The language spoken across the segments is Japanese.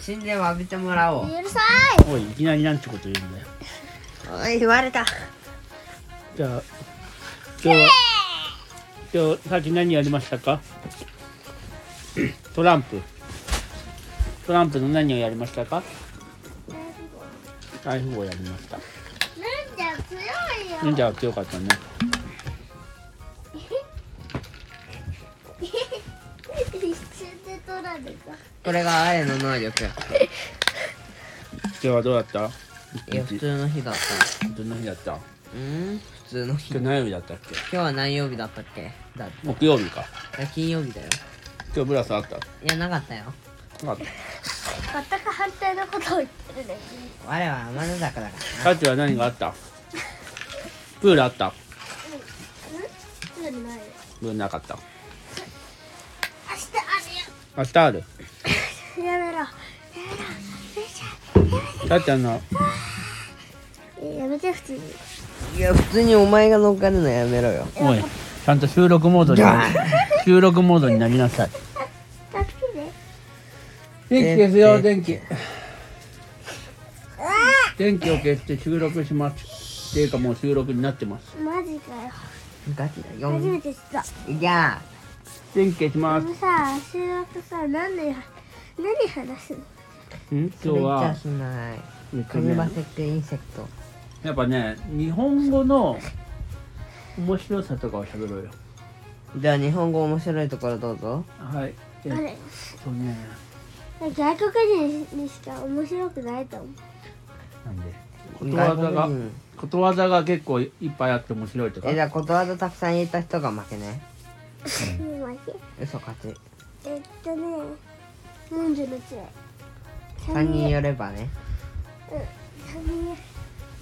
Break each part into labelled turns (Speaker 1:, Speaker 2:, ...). Speaker 1: 死んでも浴びてもらおう
Speaker 2: るさ
Speaker 3: おいいきなりなんてこと言うんだよ
Speaker 2: い言われた
Speaker 3: じゃあ今日は今日さっき何やりましたかトランプトランプの何をやりましたか大富豪やりました
Speaker 2: 忍者強いよ
Speaker 3: 忍者は強かったね
Speaker 2: 一瞬で取られた
Speaker 1: これがあやの能力
Speaker 3: 今日はどうだった
Speaker 1: いや普通の日だった
Speaker 3: どんな日だった今
Speaker 1: うん普通の 日
Speaker 3: 日
Speaker 1: 今
Speaker 3: 何曜日だったっけ
Speaker 1: 日は何曜日だったっけだ
Speaker 3: 木曜日か
Speaker 1: だ金曜日だよ
Speaker 3: 今日ブラスあった
Speaker 1: いやなかったよ
Speaker 3: なかっ
Speaker 2: 全く反対のことを言ってるね
Speaker 1: 我は天の坂だか
Speaker 3: たさっきは何があったプールあった
Speaker 2: うんうんないよ
Speaker 3: プールなかった
Speaker 2: 明日
Speaker 3: 明日ある
Speaker 2: あれやめろや
Speaker 3: さっちゃんの
Speaker 2: めろやめて普通に
Speaker 1: らいや普通にお前が乗っかるのやめろよ
Speaker 3: おいちゃんと収録モードに収録モードになりなさい
Speaker 2: 助けて
Speaker 3: 電気消すよ電気電気を消して収録しますっていうかもう収録になってます
Speaker 2: マジかよ
Speaker 1: ガキだ
Speaker 2: 初
Speaker 1: よ
Speaker 2: めて知った
Speaker 1: いや
Speaker 3: 電気消し
Speaker 2: で
Speaker 3: ま
Speaker 2: もさ収録さ何で何話すの
Speaker 3: すん今日
Speaker 1: それじゃ
Speaker 3: は
Speaker 1: しない
Speaker 3: えっと
Speaker 1: カニバ
Speaker 3: ね
Speaker 1: セックインセクト
Speaker 3: やっぱね日本語の面白さとかを喋ろうよ
Speaker 1: じゃあ日本語面白いところどうぞ
Speaker 3: はいえ
Speaker 2: あ
Speaker 3: っ
Speaker 2: れ
Speaker 3: とね
Speaker 2: 外国人にしか面白くないと思う
Speaker 3: なんでことわざが
Speaker 1: 外国人
Speaker 3: ことわざが結構いっぱいあって面白いとか
Speaker 1: えじゃあことわざたくさん言った人が負けね
Speaker 2: うん負け
Speaker 1: 嘘勝ち
Speaker 2: えっとね文字の杖
Speaker 1: 3人よればね
Speaker 2: 三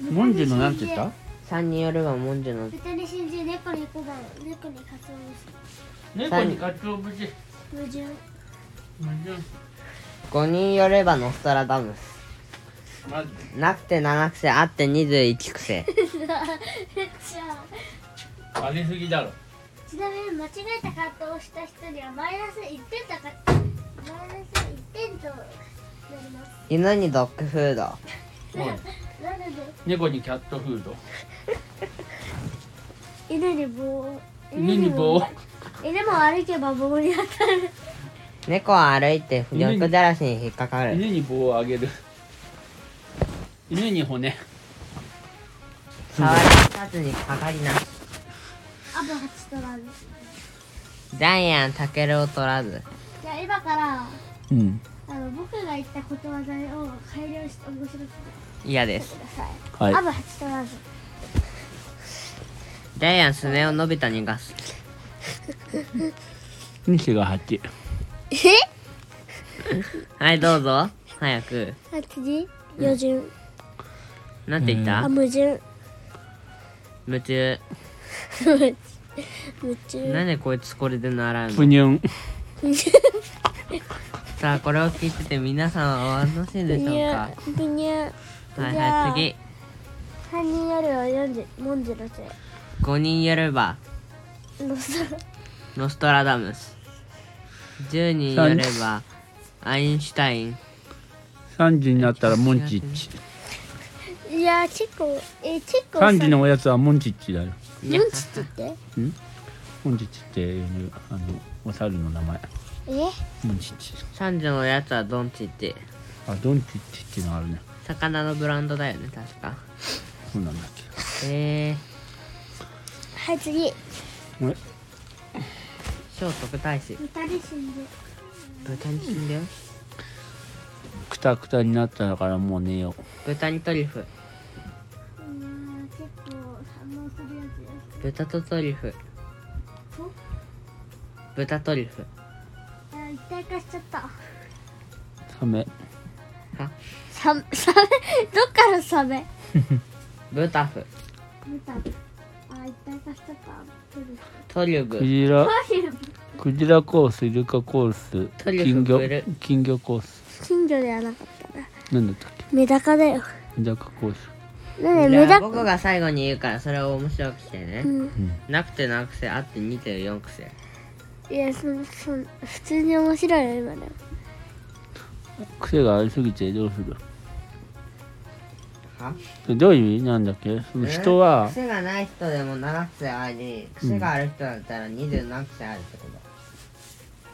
Speaker 2: 人
Speaker 3: モンジュのなんて言った
Speaker 1: 3人よれば文字の
Speaker 2: 豚に真珠猫に小判猫にカツオ節
Speaker 3: 猫にカツオ節
Speaker 2: 矛盾
Speaker 1: 5人よればノストラダムス
Speaker 3: マジ
Speaker 1: なくて7癖あって21癖
Speaker 2: じゃあ
Speaker 3: 上げすぎだろ
Speaker 2: ちなみに間違えたカットをした人にはマイナス1点だからマイナス1点となります
Speaker 1: 犬にドッグフード
Speaker 3: おい
Speaker 2: なので
Speaker 3: 猫にキャットフード
Speaker 2: 犬に棒
Speaker 3: 犬に棒
Speaker 2: 犬も歩けば棒に当たる
Speaker 1: 猫は歩いて不力だらしに引っかかる
Speaker 3: 犬に棒をあげる犬に骨
Speaker 1: 触り立つにかかりなし
Speaker 2: あと8となる
Speaker 1: ジャイアンタケルを取らず
Speaker 2: じゃあ今から
Speaker 3: うん
Speaker 2: あの僕が言ったことわざを改良して面白くして
Speaker 1: 嫌です
Speaker 2: ください
Speaker 3: はい
Speaker 2: アブ8となる
Speaker 1: ジャイアンスネをのび太にガス
Speaker 3: 西が八。
Speaker 2: え
Speaker 1: はいどうぞ早く
Speaker 2: 8時余順
Speaker 1: なんて言っ
Speaker 2: あ
Speaker 1: た
Speaker 2: 矛盾
Speaker 1: 夢中
Speaker 2: 夢中
Speaker 1: なんでこいつこれで習う
Speaker 3: ぷ
Speaker 1: の
Speaker 3: にゅん
Speaker 1: さあこれを聞いてて皆さんは楽しいでしょうか
Speaker 2: ブニャ
Speaker 1: はい
Speaker 2: じゃ
Speaker 1: は
Speaker 2: あ
Speaker 1: い次
Speaker 2: 三人夜は四時モンジロせ
Speaker 1: 5人やれば
Speaker 2: のさ
Speaker 1: ノストラダムス10人やればアインシュタイン
Speaker 3: 三時になったらモンチッチ
Speaker 2: いや結構え結構
Speaker 3: 三時のおやつはモンチッチだよ
Speaker 2: モンジって言って
Speaker 3: モンチッチっていうあのお猿の名前
Speaker 2: え
Speaker 3: モンチッチ
Speaker 1: 3時のおやつはドンチって
Speaker 3: あドンチッチっていうのがあるね
Speaker 1: 魚のブランドだよね確か
Speaker 3: そうなんだっけ
Speaker 1: え
Speaker 2: はい次
Speaker 3: あれ
Speaker 1: ー、聖徳太子
Speaker 2: 豚で死んで
Speaker 1: 豚に死んだよ
Speaker 3: くたくたになったからもう寝よ
Speaker 1: 豚にトリュフ
Speaker 2: うーん結構反応するやつよ
Speaker 1: 豚とトリュフ豚トリュフ
Speaker 2: あー一体化しちゃった
Speaker 3: うサメ
Speaker 2: サメサメどっからサメ
Speaker 1: 豚フ
Speaker 2: 見たあー一体化しちゃったトリュフ
Speaker 1: トリュ
Speaker 3: ク
Speaker 1: グ
Speaker 3: ジラ
Speaker 2: トリュフ
Speaker 3: クジラコースイルカコース
Speaker 1: トリュフ
Speaker 3: 金魚
Speaker 1: ブル
Speaker 3: 金魚コース
Speaker 2: 金魚ではなかったな
Speaker 3: なんだったっけ
Speaker 2: メダカだよ
Speaker 3: メダカコース
Speaker 2: なんで
Speaker 1: じ
Speaker 2: メ
Speaker 1: ゃあ
Speaker 2: ダカ
Speaker 1: 僕が最後に言うからそれを面白くしてね、
Speaker 2: うん
Speaker 1: なくてなくせあって24癖
Speaker 2: いやそのその普通に面白いよ今の
Speaker 3: 癖がありすぎてどうす
Speaker 1: は
Speaker 3: るどういう意味なんだっけその人は
Speaker 1: 癖がない人でも7つあり癖がある人だったら二十何癖あるってこ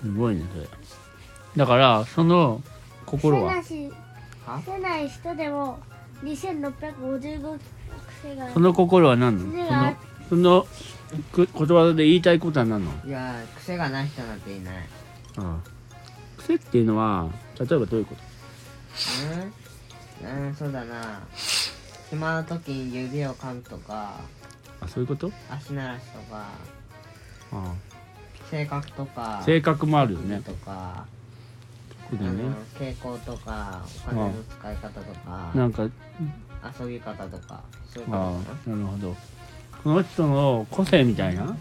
Speaker 1: と、
Speaker 3: すごいねそれだからその心
Speaker 2: せ
Speaker 3: は
Speaker 2: なし
Speaker 1: は
Speaker 2: せない人でも2655癖がある
Speaker 3: その心は何
Speaker 2: 癖
Speaker 3: な
Speaker 2: があ
Speaker 3: の
Speaker 2: る
Speaker 3: そのそのく言葉で言いたいことは何なの
Speaker 1: いや癖がない人なんていない
Speaker 3: ああ癖っていうのは例えばどういうこと
Speaker 1: うん、うん、そうだな暇な時に指を噛むとか
Speaker 3: あそういうこと
Speaker 1: 足鳴らしとか
Speaker 3: あ
Speaker 1: 性格とか
Speaker 3: あ性格もあるよね
Speaker 1: とか、
Speaker 3: そうだ
Speaker 1: あ
Speaker 3: よ
Speaker 1: の
Speaker 3: ね
Speaker 1: 傾向とかお金の使い方とか
Speaker 3: なんか
Speaker 1: 遊び方とかそういうことか
Speaker 3: あ
Speaker 1: な
Speaker 3: あなるほどこの人の個性みたいな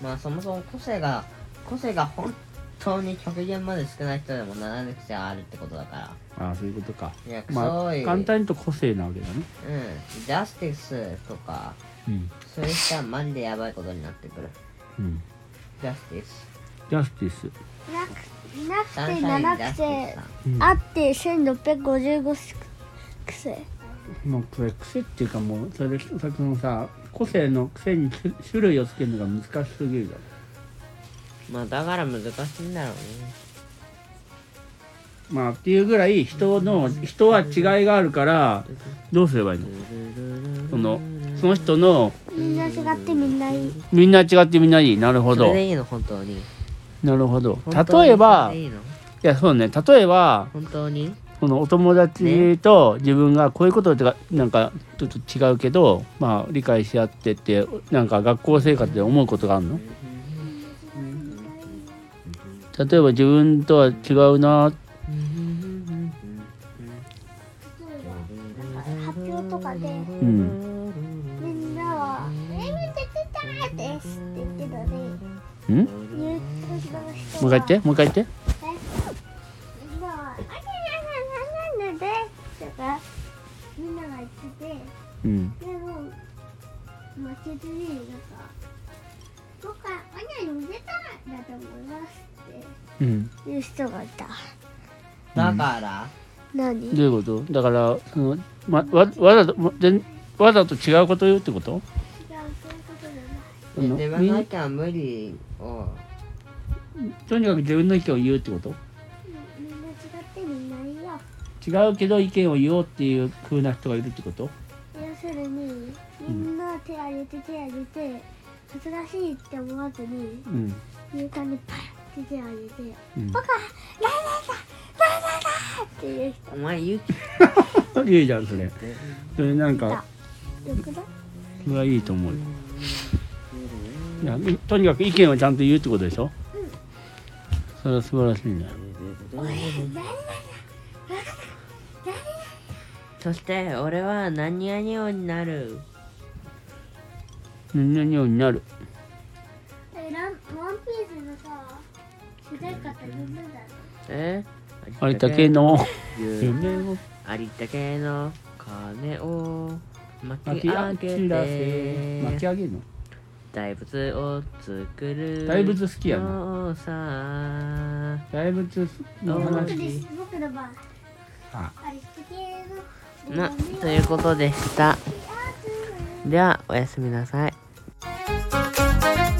Speaker 1: まあそもそも個性が個性が本当に極限まで少ない人でも7癖あるってことだから
Speaker 3: ああそういうことか
Speaker 1: いや
Speaker 3: ま
Speaker 1: そうい
Speaker 3: あ
Speaker 1: う
Speaker 3: 簡単に言うと個性なわけだね
Speaker 1: うんジャスティスとか
Speaker 3: うん
Speaker 1: そういう人はマジでやばいことになってくる
Speaker 3: うん
Speaker 1: ジャスティス
Speaker 3: ジャスティス
Speaker 2: なく
Speaker 1: サンシ
Speaker 2: て
Speaker 1: ャインジャ
Speaker 2: 7
Speaker 1: スティス
Speaker 2: 癖
Speaker 1: さん
Speaker 3: うん
Speaker 2: あって1655癖
Speaker 3: もうこれ癖っていうかもうそれさっきのさ個性の癖に種種類をつけるのが難しすぎるだろ
Speaker 1: まあだから難しいんだろうね
Speaker 3: まあっていうぐらい人の人は違いがあるからどうすればいいのそのその人の
Speaker 2: みんな違ってみんないい
Speaker 3: みんな違ってみんないいなるほ
Speaker 1: それ
Speaker 3: ど
Speaker 1: でいいの本当に
Speaker 3: なるほど
Speaker 1: 本当に
Speaker 3: 例えば
Speaker 1: それで
Speaker 3: い
Speaker 1: いいの
Speaker 3: やそうね例えば
Speaker 1: 本当に
Speaker 3: このお友達と自分がこういうこととかなんかちょっと違うけどまあ理解し合ってってなんか学校生活で思うことがあるの例えば自分とは違うな
Speaker 2: 発表とかで
Speaker 3: うん
Speaker 2: みんなは「え見ててた!」ですって言ってたのに
Speaker 3: んも
Speaker 2: 言う時の人は
Speaker 3: う一回言ってもう一回言って
Speaker 2: みんなは「あれなんなんなんで?」とかみんなが言ってて。
Speaker 3: うん
Speaker 2: でも、負けずに、なんか、僕はアニャに出たんだと思います
Speaker 3: うん
Speaker 2: っていう人がいた。
Speaker 1: だから
Speaker 2: 何
Speaker 3: どういうことだからその、ま、わわざとま全わざと違うこと言うってこと
Speaker 2: そういうことじ
Speaker 1: 自
Speaker 2: ゃない。
Speaker 3: あの
Speaker 1: 分
Speaker 3: みん
Speaker 1: の意見は無理を
Speaker 3: とにかく自分の意見を言うってこと
Speaker 2: みんな違ってみんないいよ。
Speaker 3: 違うけど意見を言おうっていう風な人がいるってこと
Speaker 2: 要するに、みんな手挙げて手挙げて、恥ずかしいって思わずに、
Speaker 3: うん
Speaker 2: 勇敢にパッって手挙げて、
Speaker 3: うん
Speaker 2: 僕は、ララララララっていう
Speaker 1: お前言う
Speaker 3: いいじゃんそれそれなんか
Speaker 2: 人。よくない
Speaker 3: それはいいと思うよいやとにかく意見をちゃんと言うってことでしょそれは素晴らしいね
Speaker 1: そして俺は何々王になる
Speaker 3: 何々になる
Speaker 2: え、ラン、ワンピースのさ、主題歌ってみんなだよ。
Speaker 1: え
Speaker 3: あれだけの夢
Speaker 1: 夢
Speaker 3: を
Speaker 1: ありったけの金を巻
Speaker 3: 巻
Speaker 1: き
Speaker 3: き
Speaker 1: 上
Speaker 3: 上
Speaker 1: げ
Speaker 3: げ
Speaker 1: て
Speaker 3: て巻き上げるの
Speaker 1: 大仏を作る
Speaker 3: 大仏好きやな
Speaker 1: のさ
Speaker 3: 大仏の
Speaker 1: うん
Speaker 2: 僕
Speaker 3: 話
Speaker 2: です僕の番
Speaker 3: あ
Speaker 2: あれ好き系の
Speaker 1: なということでしたではおやすみなさい
Speaker 2: 「